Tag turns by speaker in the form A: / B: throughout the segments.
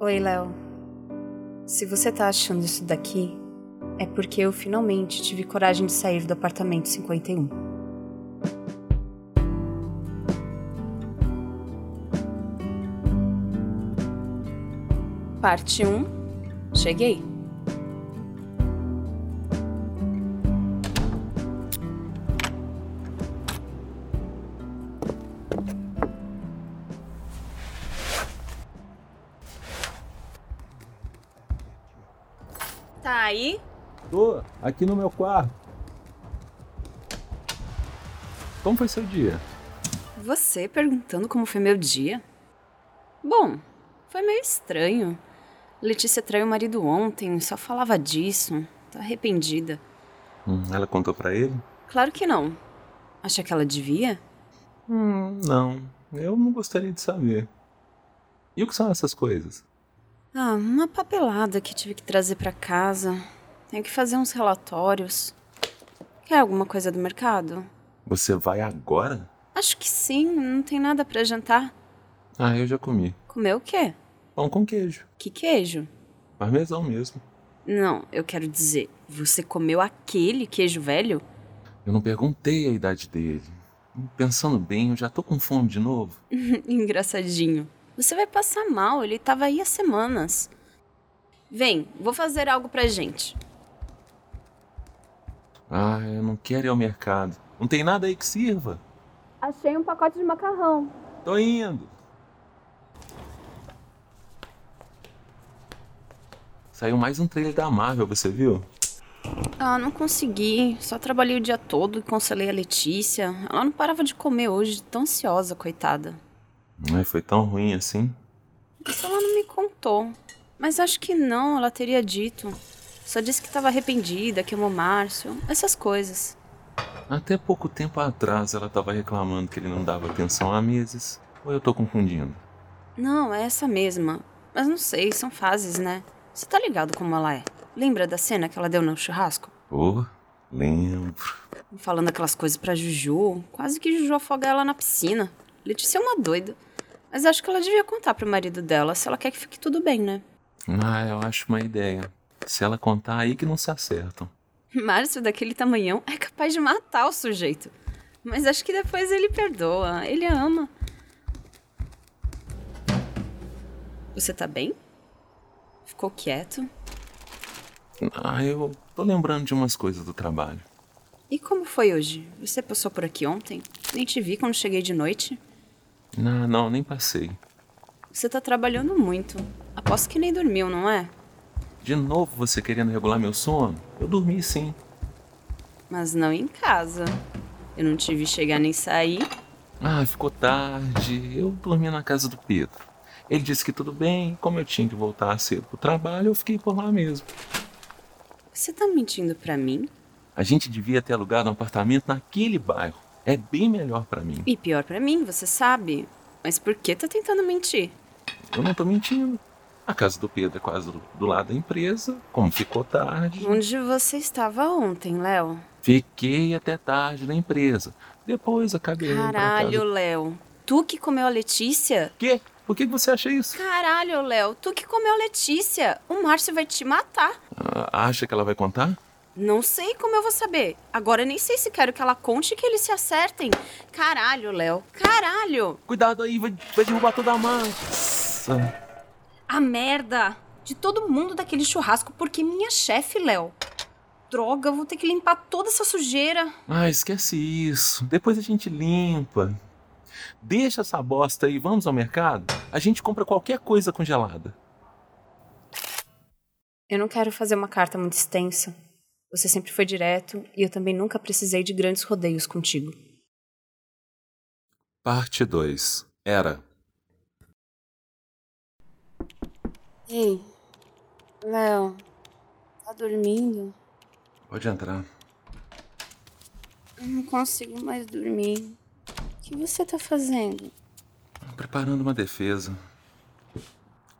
A: Oi, Léo. Se você tá achando isso daqui, é porque eu finalmente tive coragem de sair do apartamento 51. Parte 1. Cheguei. Tá aí?
B: Tô aqui no meu quarto. Como foi seu dia?
A: Você perguntando como foi meu dia? Bom, foi meio estranho. Letícia traiu o marido ontem, só falava disso. Tá arrependida.
B: Hum, ela contou para ele?
A: Claro que não. Acha que ela devia?
B: não, eu não gostaria de saber. E o que são essas coisas?
A: Ah, uma papelada que tive que trazer pra casa. Tenho que fazer uns relatórios. Quer alguma coisa do mercado?
B: Você vai agora?
A: Acho que sim, não tem nada pra jantar.
B: Ah, eu já comi.
A: Comer o quê?
B: Pão com queijo.
A: Que queijo?
B: Parmesão mesmo.
A: Não, eu quero dizer, você comeu aquele queijo velho?
B: Eu não perguntei a idade dele. Pensando bem, eu já tô com fome de novo.
A: Engraçadinho. Você vai passar mal, ele tava aí há semanas. Vem, vou fazer algo pra gente.
B: Ah, eu não quero ir ao mercado. Não tem nada aí que sirva.
C: Achei um pacote de macarrão.
B: Tô indo. Saiu mais um trailer da Marvel, você viu?
A: Ah, não consegui. Só trabalhei o dia todo e conselhei a Letícia. Ela não parava de comer hoje, tão ansiosa, coitada.
B: Ai, foi tão ruim assim.
A: Isso ela não me contou. Mas acho que não, ela teria dito. Só disse que estava arrependida, que amou Márcio, essas coisas.
B: Até pouco tempo atrás ela tava reclamando que ele não dava atenção há meses. Ou eu tô confundindo?
A: Não, é essa mesma. Mas não sei, são fases, né? Você tá ligado como ela é? Lembra da cena que ela deu no churrasco?
B: Pô, lembro.
A: Falando aquelas coisas pra Juju, quase que Juju afoga ela na piscina. Letícia é uma doida. Mas acho que ela devia contar pro marido dela se ela quer que fique tudo bem, né?
B: Ah, eu acho uma ideia. Se ela contar aí que não se acertam.
A: Márcio daquele tamanhão é capaz de matar o sujeito. Mas acho que depois ele perdoa, ele a ama. Você tá bem? Ficou quieto?
B: Ah, eu tô lembrando de umas coisas do trabalho.
A: E como foi hoje? Você passou por aqui ontem? Nem te vi quando cheguei de noite.
B: Ah, não, nem passei.
A: Você tá trabalhando muito. Aposto que nem dormiu, não é?
B: De novo você querendo regular meu sono? Eu dormi sim.
A: Mas não em casa. Eu não te vi chegar nem sair.
B: Ah, ficou tarde. Eu dormi na casa do Pedro. Ele disse que tudo bem, como eu tinha que voltar cedo pro trabalho, eu fiquei por lá mesmo.
A: Você tá mentindo pra mim?
B: A gente devia ter alugado um apartamento naquele bairro. É bem melhor pra mim.
A: E pior pra mim, você sabe. Mas por que tá tentando mentir?
B: Eu não tô mentindo. A casa do Pedro é quase do- do lado da empresa. Como ficou tarde,
A: Onde você estava ontem, Léo?
B: fiquei até tarde na empresa. Depois acabei indo pra
A: Caralho,
B: casa.
A: Léo. Tu que comeu a Letícia?
B: Quê? Por que que você acha isso?
A: Caralho, Léo. Tu que comeu a Letícia? O Márcio vai te matar.
B: Ah, acha que ela vai contar?
A: Não sei como eu vou saber. Agora eu nem sei se quero que ela conte e que eles se acertem. Caralho, Léo. Caralho.
B: Cuidado aí, vai, vai derrubar toda a massa.
A: A merda de todo mundo daquele churrasco porque minha chefe, Léo. Droga, eu vou ter que limpar toda essa sujeira.
B: Ah, esquece isso. Depois a gente limpa. Deixa essa bosta aí, vamos ao mercado? A gente compra qualquer coisa congelada.
A: Eu não quero fazer uma carta muito extensa. Você sempre foi direto e eu também nunca precisei de grandes rodeios contigo.
B: Parte 2. Era.
A: Ei, Léo, tá dormindo?
B: Pode entrar.
A: Eu não consigo mais dormir. O que você tá fazendo?
B: Preparando uma defesa.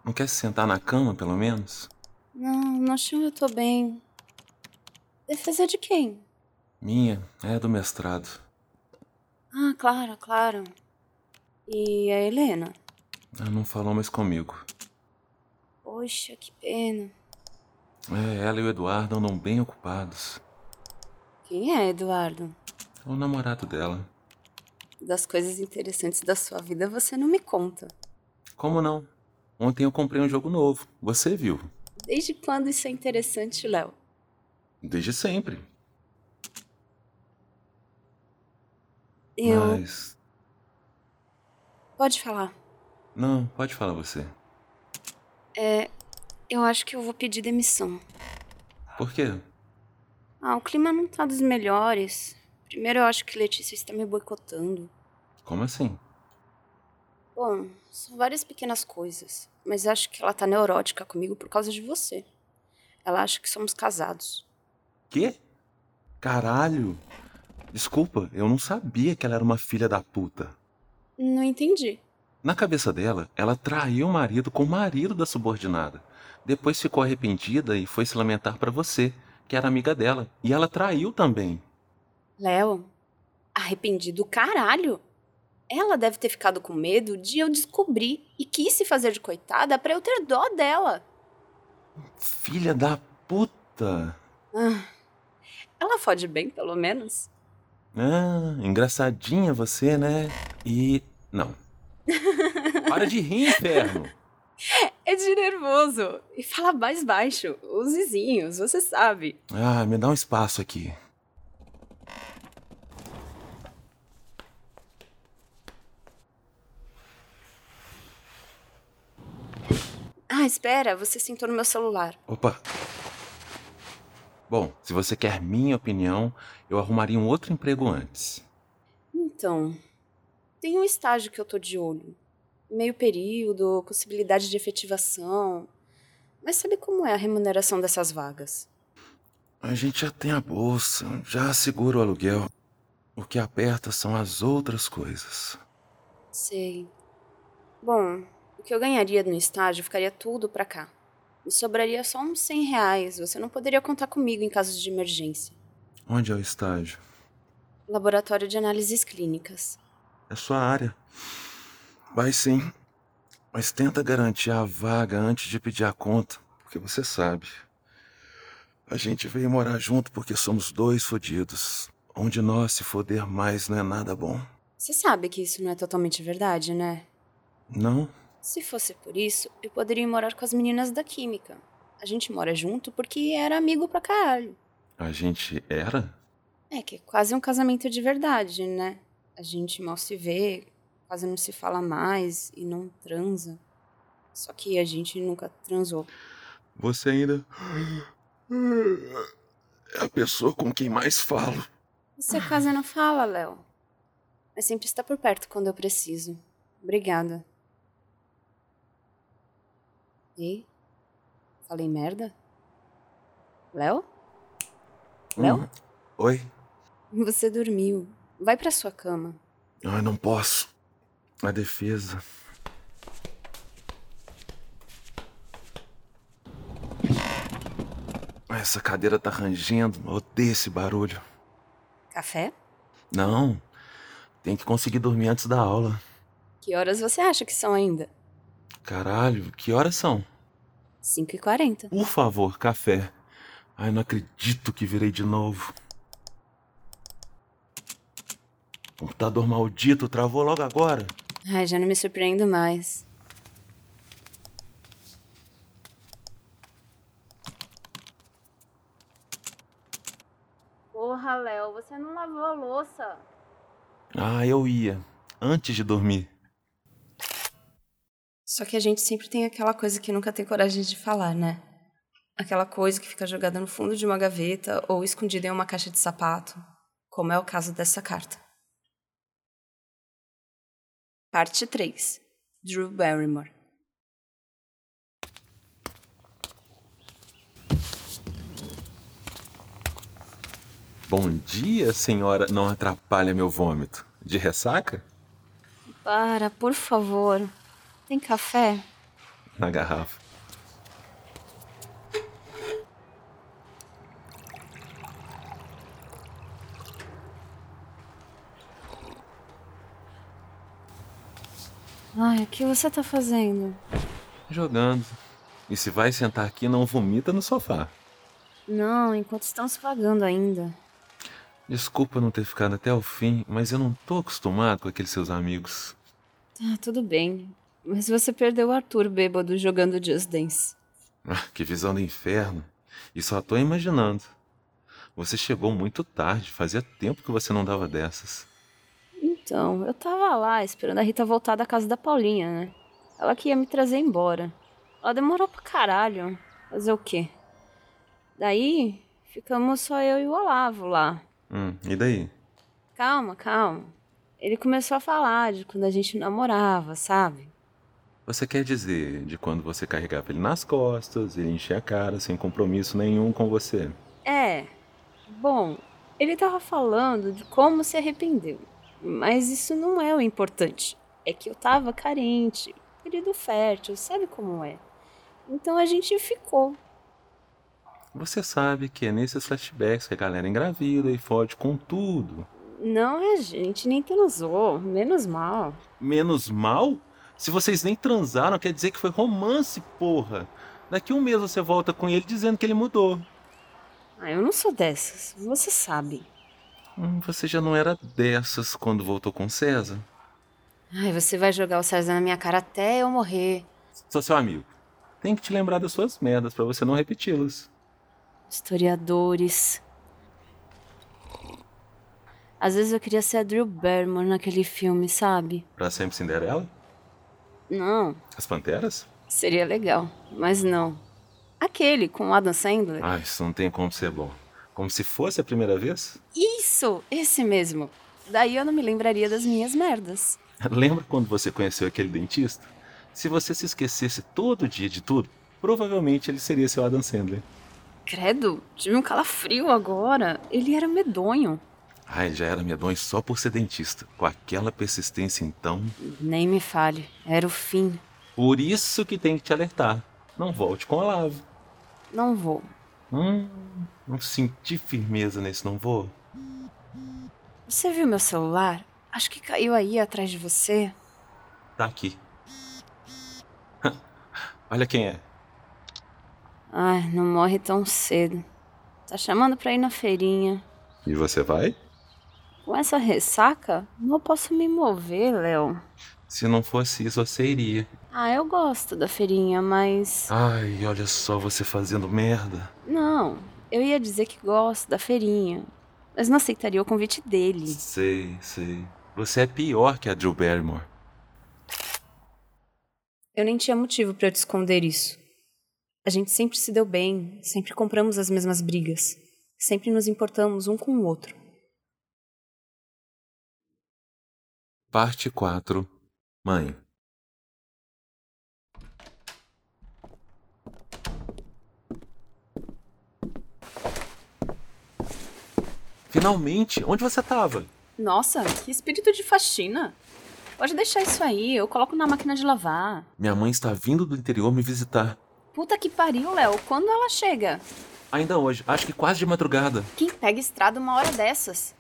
B: Não quer se sentar na cama, pelo menos?
A: Não, no chão eu tô bem. Defesa de quem?
B: Minha, é do mestrado.
A: Ah, claro, claro. E a Helena?
B: Ah, Ela não falou mais comigo.
D: Poxa, que pena.
B: É, ela e o Eduardo andam bem ocupados.
A: Quem é, Eduardo?
B: É o namorado dela.
A: Das coisas interessantes da sua vida você não me conta.
B: Como não? Ontem eu comprei um jogo novo. Você viu?
A: Desde quando isso é interessante, Léo?
B: Desde sempre.
A: Eu.
B: Mas.
A: Pode falar.
B: Não, pode falar você.
A: Eu acho que eu vou pedir demissão.
B: Por quê?
A: Ah, o clima não tá dos melhores. Primeiro, eu acho que Letícia está me boicotando.
B: Como assim?
A: Bom, são várias pequenas coisas, mas acho que ela tá neurótica comigo por causa de você. Ela acha que somos casados.
B: Quê? Caralho! Desculpa, eu não sabia que ela era uma filha da puta.
A: Não entendi.
B: Na cabeça dela, ela traiu o marido com o marido da subordinada. Depois ficou arrependida e foi se lamentar pra você, que era amiga dela. E ela traiu também.
A: Léo, arrependido caralho. Ela deve ter ficado com medo de eu descobrir e quis se fazer de coitada pra eu ter dó dela.
B: Filha da puta!
A: Ah, ela fode bem, pelo menos.
B: Ah, engraçadinha você, né? E. Não. Para de rir, inferno!
A: É de nervoso. E fala mais baixo. Os vizinhos, você sabe.
B: Ah, me dá um espaço aqui.
A: Ah, espera, você sentou no meu celular.
B: Opa! Bom, se você quer minha opinião, eu arrumaria um outro emprego antes.
A: Então, tem um estágio que eu tô de olho. Meio período, possibilidade de efetivação. Mas sabe como é a remuneração dessas vagas?
B: A gente já tem a bolsa, já segura o aluguel. O que aperta são as outras coisas.
A: Sei. Bom, o que eu ganharia no estágio ficaria tudo pra cá. Me sobraria só uns 100 reais. Você não poderia contar comigo em casos de emergência.
B: Onde é o estágio?
A: Laboratório de análises clínicas.
B: É sua área. Vai sim. Mas tenta garantir a vaga antes de pedir a conta, porque você sabe. A gente veio morar junto porque somos dois fodidos. Onde nós se foder mais não é nada bom.
A: Você sabe que isso não é totalmente verdade, né?
B: Não?
A: Se fosse por isso, eu poderia ir morar com as meninas da química. A gente mora junto porque era amigo pra caralho.
B: A gente era?
A: É que é quase um casamento de verdade, né? A gente mal se vê, quase não se fala mais e não transa. Só que a gente nunca transou.
B: Você ainda. É a pessoa com quem mais falo.
A: Você quase não fala, Léo. Mas sempre está por perto quando eu preciso. Obrigada. E? Falei merda? Léo? Léo?
B: Hum. Oi?
A: Você dormiu. Vai pra sua cama.
B: Ah, não posso. A defesa. Essa cadeira tá rangendo. eu Odeio esse barulho.
A: Café?
B: Não. Tem que conseguir dormir antes da aula.
A: Que horas você acha que são ainda?
B: Caralho, que horas são?
A: 5h40.
B: Por favor, café. Ai, não acredito que virei de novo. Computador maldito travou logo agora.
A: Ai, já não me surpreendo mais.
C: Porra, Léo, você não lavou a louça.
B: Ah, eu ia. Antes de dormir.
A: Só que a gente sempre tem aquela coisa que nunca tem coragem de falar, né? Aquela coisa que fica jogada no fundo de uma gaveta ou escondida em uma caixa de sapato, como é o caso dessa carta. Parte 3. Drew Barrymore.
B: Bom dia, senhora. Não atrapalha meu vômito. De ressaca?
D: Para, por favor. Tem café?
B: Na garrafa.
D: Ai, o que você tá fazendo?
A: tá
B: Jogando. E se vai sentar aqui, não vomita no sofá.
A: Não, enquanto estão se pagando ainda.
B: Desculpa não ter ficado até o fim, mas eu não tô acostumado com aqueles seus amigos.
A: Ah, tudo bem. Mas você perdeu o Arthur bêbado jogando Just Dance.
B: Ah, que visão do inferno. E só tô imaginando. Você chegou muito tarde, fazia tempo que você não dava dessas.
A: Então, eu tava lá esperando a Rita voltar da casa da Paulinha, né? Ela que ia me trazer embora. Ela demorou pra caralho. Fazer o quê? Daí, ficamos só eu e o Olavo lá.
B: Hum, e daí?
A: Calma, calma. Ele começou a falar de quando a gente namorava, sabe?
B: Você quer dizer de quando você carregava ele nas costas, ele enchia a cara sem compromisso nenhum com você?
A: É. Bom, ele tava falando de como se arrependeu. Mas isso não é o importante. É que eu tava carente, período fértil, sabe como é. Então a gente ficou.
B: Você sabe que é nesses flashbacks que a galera engravida e fode com tudo.
A: Não é gente, nem transou, menos mal.
B: Menos mal? Se vocês nem transaram, quer dizer que foi romance, porra. Daqui um mês você volta com ele dizendo que ele mudou.
A: Ah, eu não sou dessas, você sabe.
B: Hum, Você já não era dessas quando voltou com César?
A: Ai, você vai jogar o César na minha cara até eu morrer.
B: Sou seu amigo. Tem que te lembrar das suas merdas pra você não repeti-las.
A: Historiadores. Às vezes eu queria ser a Drew Barrymore naquele filme, sabe?
B: Pra sempre Cinderela?
A: Não,
B: As Panteras?
A: seria legal, mas não. Aquele com o Adam Sandler.
B: Ah, isso não tem como ser bom. Como se fosse a primeira vez?
A: Isso, esse mesmo. Daí eu não me lembraria das minhas merdas.
B: Lembra quando você conheceu aquele dentista? Se você se esquecesse todo dia de tudo, provavelmente ele seria seu Adam Sandler.
A: Credo, tive um calafrio agora. Ele era medonho.
B: Ah, ele já era medonho só por ser dentista. Com aquela persistência, então.
A: Nem me fale, era o fim.
B: Por isso que tem que te alertar. Não volte com o Olavo.
A: Não vou.
B: Hum, não senti firmeza nesse não vou.
A: Você viu meu celular? Acho que caiu aí atrás de você.
B: Tá aqui. Olha quem é.
A: Ai, não morre tão cedo. Tá chamando pra ir na feirinha.
B: E você vai?
A: Com essa ressaca, não posso me mover, Léo.
B: Se não fosse isso, você iria.
A: Ah, eu gosto da feirinha, mas.
B: Ai, olha só você fazendo merda.
A: Não, eu ia dizer que gosto da feirinha. Mas não aceitaria o convite dele.
B: Sei, sei. Você é pior que a Drew Barrymore.
A: Eu nem tinha motivo pra eu te esconder isso. A gente sempre se deu bem, sempre compramos as mesmas brigas, sempre nos importamos um com o outro.
B: Parte 4. Mãe. Finalmente! Onde você tava?
E: Nossa, que espírito de faxina. Pode deixar isso aí, eu coloco na máquina de lavar.
B: Minha mãe está vindo do interior me visitar.
E: Puta que pariu, Léo. Quando ela chega?
B: Ainda hoje, acho que quase de madrugada.
E: Quem pega estrada uma hora dessas?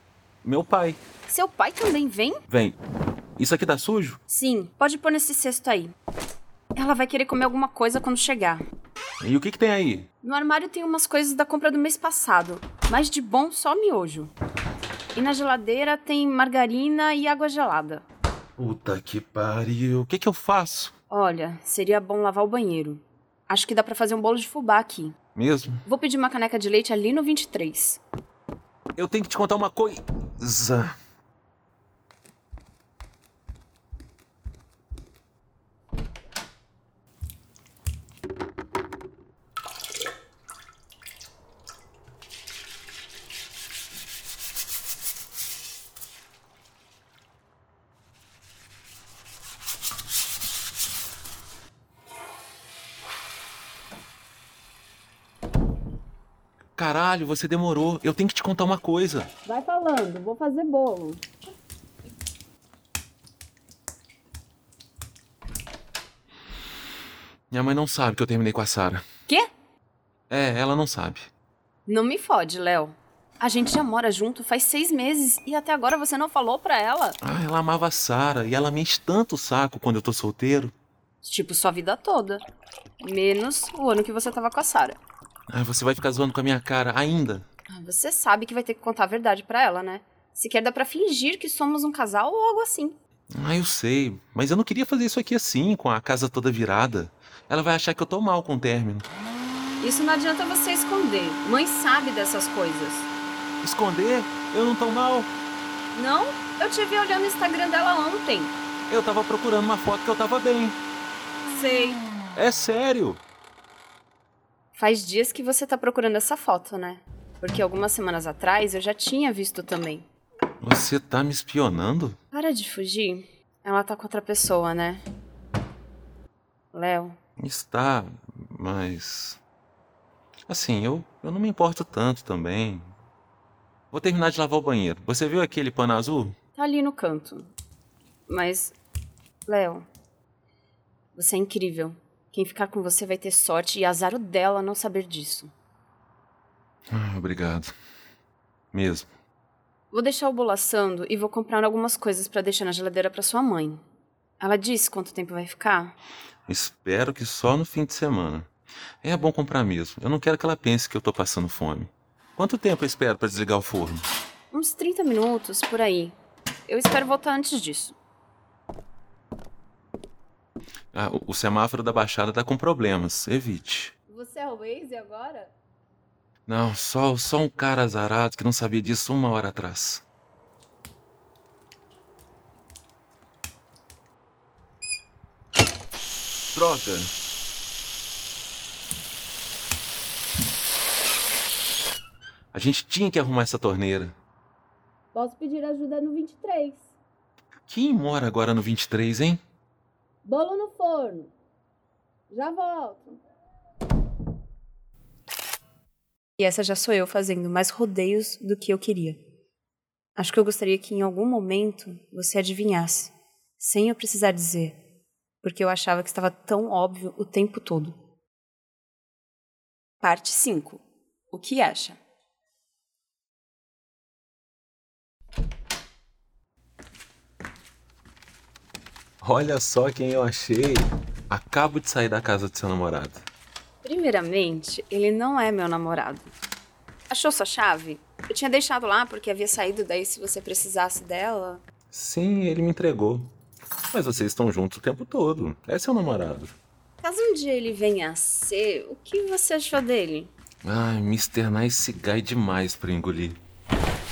B: Meu pai.
E: Seu pai também vem?
B: Vem. Isso aqui tá sujo?
E: Sim, pode pôr nesse cesto aí. Ela vai querer comer alguma coisa quando chegar.
B: E o que que tem aí?
E: No armário tem umas coisas da compra do mês passado, mas de bom só miojo. E na geladeira tem margarina e água gelada.
B: Puta que pariu. O que que eu faço?
E: Olha, seria bom lavar o banheiro. Acho que dá pra fazer um bolo de fubá aqui.
B: Mesmo?
E: Vou pedir uma caneca de leite ali no 23.
B: Eu tenho que te contar uma coisa. Caralho, você demorou. Eu tenho que te contar uma coisa.
F: Vai falando, vou fazer bolo.
B: Minha mãe não sabe que eu terminei com a Sara.
E: Quê?
B: É, ela não sabe.
E: Não me fode, Léo. A gente já mora junto faz seis meses e até agora você não falou pra ela.
B: Ah, ela amava a Sara e ela me enche tanto o saco quando eu tô solteiro.
A: Tipo, sua vida toda. Menos o ano que você tava com a Sarah.
B: Ah, você vai ficar zoando com a minha cara ainda?
A: Ah, Você sabe que vai ter que contar a verdade pra ela, né? Sequer dá pra fingir que somos um casal ou algo assim.
B: Ah, eu sei, mas eu não queria fazer isso aqui assim, com a casa toda virada. Ela vai achar que eu tô mal com o término.
A: Isso não adianta você esconder. Mãe sabe dessas coisas.
B: Esconder? Eu não tô mal.
A: Não? Eu te vi olhando o Instagram dela ontem.
B: Eu tava procurando uma foto que eu tava bem.
A: Sei.
B: É sério.
A: Faz dias que você tá procurando essa foto, né? Porque algumas semanas atrás eu já tinha visto também.
B: Você tá me espionando?
A: Para de fugir. Ela tá com outra pessoa, né? Léo,
B: Está, mas. Assim, eu, eu não me importo tanto também. Vou terminar de lavar o banheiro. Você viu aquele pano azul?
A: tá ali no canto. Mas, Léo, você é incrível. Quem ficar com você vai ter sorte e azar o dela não saber disso.
B: Ah, obrigado. Mesmo.
A: Vou deixar o bolo assando e vou comprar algumas coisas pra deixar na geladeira pra sua mãe. Ela disse quanto tempo vai ficar?
B: Espero que só no fim de semana. É bom comprar mesmo. Eu não quero que ela pense que eu tô passando fome. Quanto tempo eu espero pra desligar o forno?
A: Uns 30 minutos por aí. Eu espero voltar antes disso.
B: Ah, o, o semáforo da Baixada tá com problemas. Evite.
G: Você é o Waze agora?
B: Não, só, só um cara azarado que não sabia disso uma hora atrás. Droga! A gente tinha que arrumar essa torneira.
G: Posso pedir ajuda no 23.
B: Quem mora agora no 23, hein?
G: Bolo no forno. Já volto.
A: E essa já sou eu fazendo mais rodeios do que eu queria. Acho que eu gostaria que em algum momento você adivinhasse, sem eu precisar dizer, porque eu achava que estava tão óbvio o tempo todo. Parte 5. O que acha?
B: Olha só quem eu achei. Acabo de sair da casa do seu namorado.
A: Primeiramente, ele não é meu namorado. Achou sua chave? Eu tinha deixado lá porque havia saído, daí se você precisasse dela.
B: Sim, ele me entregou. Mas vocês estão juntos o tempo todo. É seu namorado.
A: Caso um dia ele venha a ser, o que você achou dele?
B: Ai, Mr. Nice Guy demais pra engolir.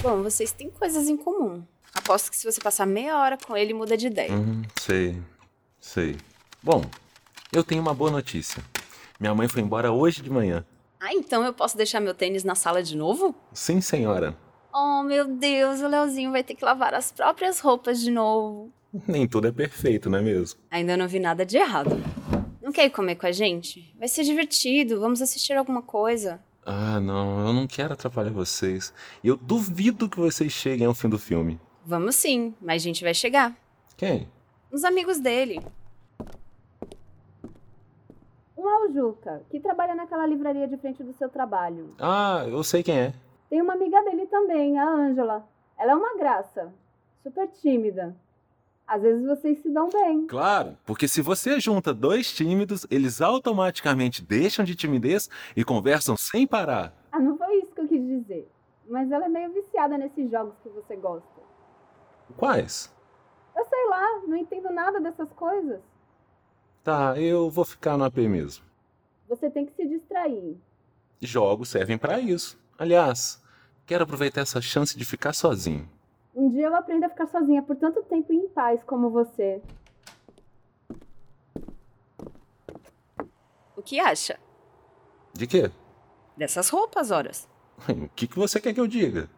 A: Bom, vocês têm coisas em comum. Aposto que se você passar meia hora com ele, muda de ideia.
B: Hum, sei, sei. Bom, eu tenho uma boa notícia. Minha mãe foi embora hoje de manhã.
A: Ah, então eu posso deixar meu tênis na sala de novo?
B: Sim, senhora.
A: Oh, meu Deus, o Leozinho vai ter que lavar as próprias roupas de novo.
B: Nem tudo é perfeito, não é mesmo?
A: Ainda não vi nada de errado. Não quer ir comer com a gente? Vai ser divertido, vamos assistir alguma coisa.
B: Ah, não, eu não quero atrapalhar vocês. E eu duvido que vocês cheguem ao fim do filme.
A: Vamos sim, mas a gente vai chegar.
B: Quem?
A: Os amigos dele.
G: Um é o Juca, que trabalha naquela livraria de frente do seu trabalho.
B: Ah, eu sei quem é.
G: Tem uma amiga dele também, a Ângela. Ela é uma graça. Super tímida. Às vezes vocês se dão bem.
B: Claro, porque se você junta dois tímidos, eles automaticamente deixam de timidez e conversam sem parar.
G: Ah, não foi isso que eu quis dizer. Mas ela é meio viciada nesses jogos que você gosta.
B: Quais?
G: Eu sei lá, não entendo nada dessas coisas.
B: Tá, eu vou ficar no AP mesmo.
G: Você tem que se distrair.
B: Jogos servem pra isso. Aliás, quero aproveitar essa chance de ficar sozinho.
G: Um dia eu aprendo a ficar sozinha por tanto tempo e em paz como você.
A: O que acha?
B: De quê?
A: Dessas roupas, horas.
B: O que, que você quer que eu diga?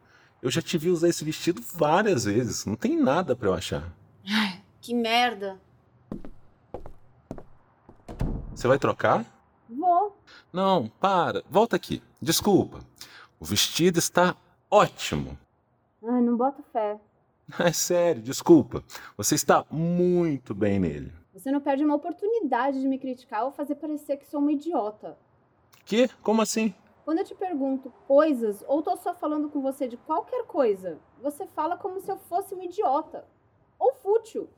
B: Eu já te vi usar esse vestido várias vezes. Não tem nada pra eu achar.
A: Que merda.
B: Você vai trocar?
G: Vou.
B: Não, para. Volta aqui. Desculpa. O vestido está ótimo.
G: Ai, não boto fé.
B: É sério, desculpa. Você está muito bem nele.
G: Você não perde uma oportunidade de me criticar ou fazer parecer que sou uma idiota.
B: Que? Como assim?
G: Quando eu te pergunto coisas ou tô só falando com você de qualquer coisa, você fala como se eu fosse uma idiota. Ou fútil.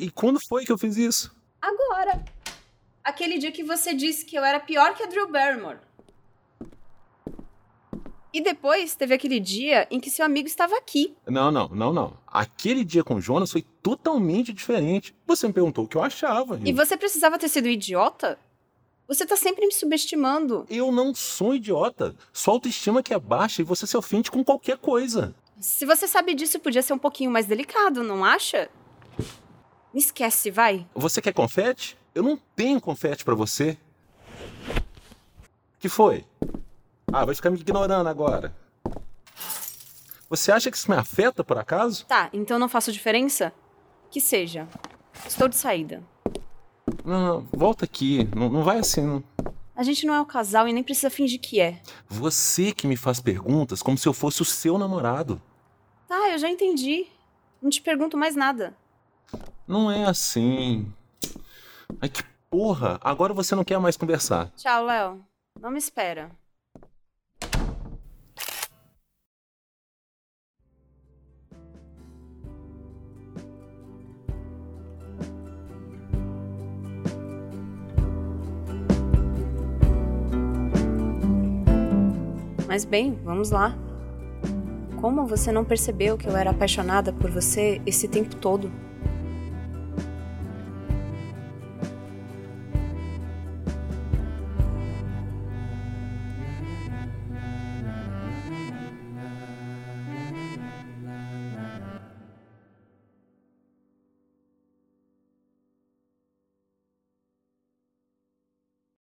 B: E quando foi que eu fiz isso?
G: Agora,
A: Aquele dia que você disse que eu era pior que a Drew Barrymore. E depois teve aquele dia em que seu amigo estava aqui.
B: Não, não, não, não. Aquele dia com o Jonas foi totalmente diferente. Você me perguntou o que eu achava.
A: E você precisava ter sido idiota? Você tá sempre me subestimando.
B: Eu não sou idiota. Sua autoestima que é baixa e você se ofende com qualquer coisa.
A: Se você sabe disso, podia ser um pouquinho mais delicado, não acha? Me esquece, vai.
B: Você quer confete? Eu não tenho confete pra você. Que foi? Ah, vai ficar me ignorando agora. Você acha que isso me afeta por acaso?
A: Tá, então não faço diferença? Que seja. Estou de saída.
B: Não, não, volta aqui. Não, não vai assim, não.
A: A gente não é um casal e nem precisa fingir que é.
B: Você que me faz perguntas como se eu fosse o seu namorado.
A: Tá, eu já entendi. Não te pergunto mais nada.
B: Não é assim. Ai, que porra! Agora você não quer mais conversar.
A: Tchau, Léo. Não me espera.
D: Mas bem, vamos lá. Como você não percebeu que eu era apaixonada por você esse tempo todo?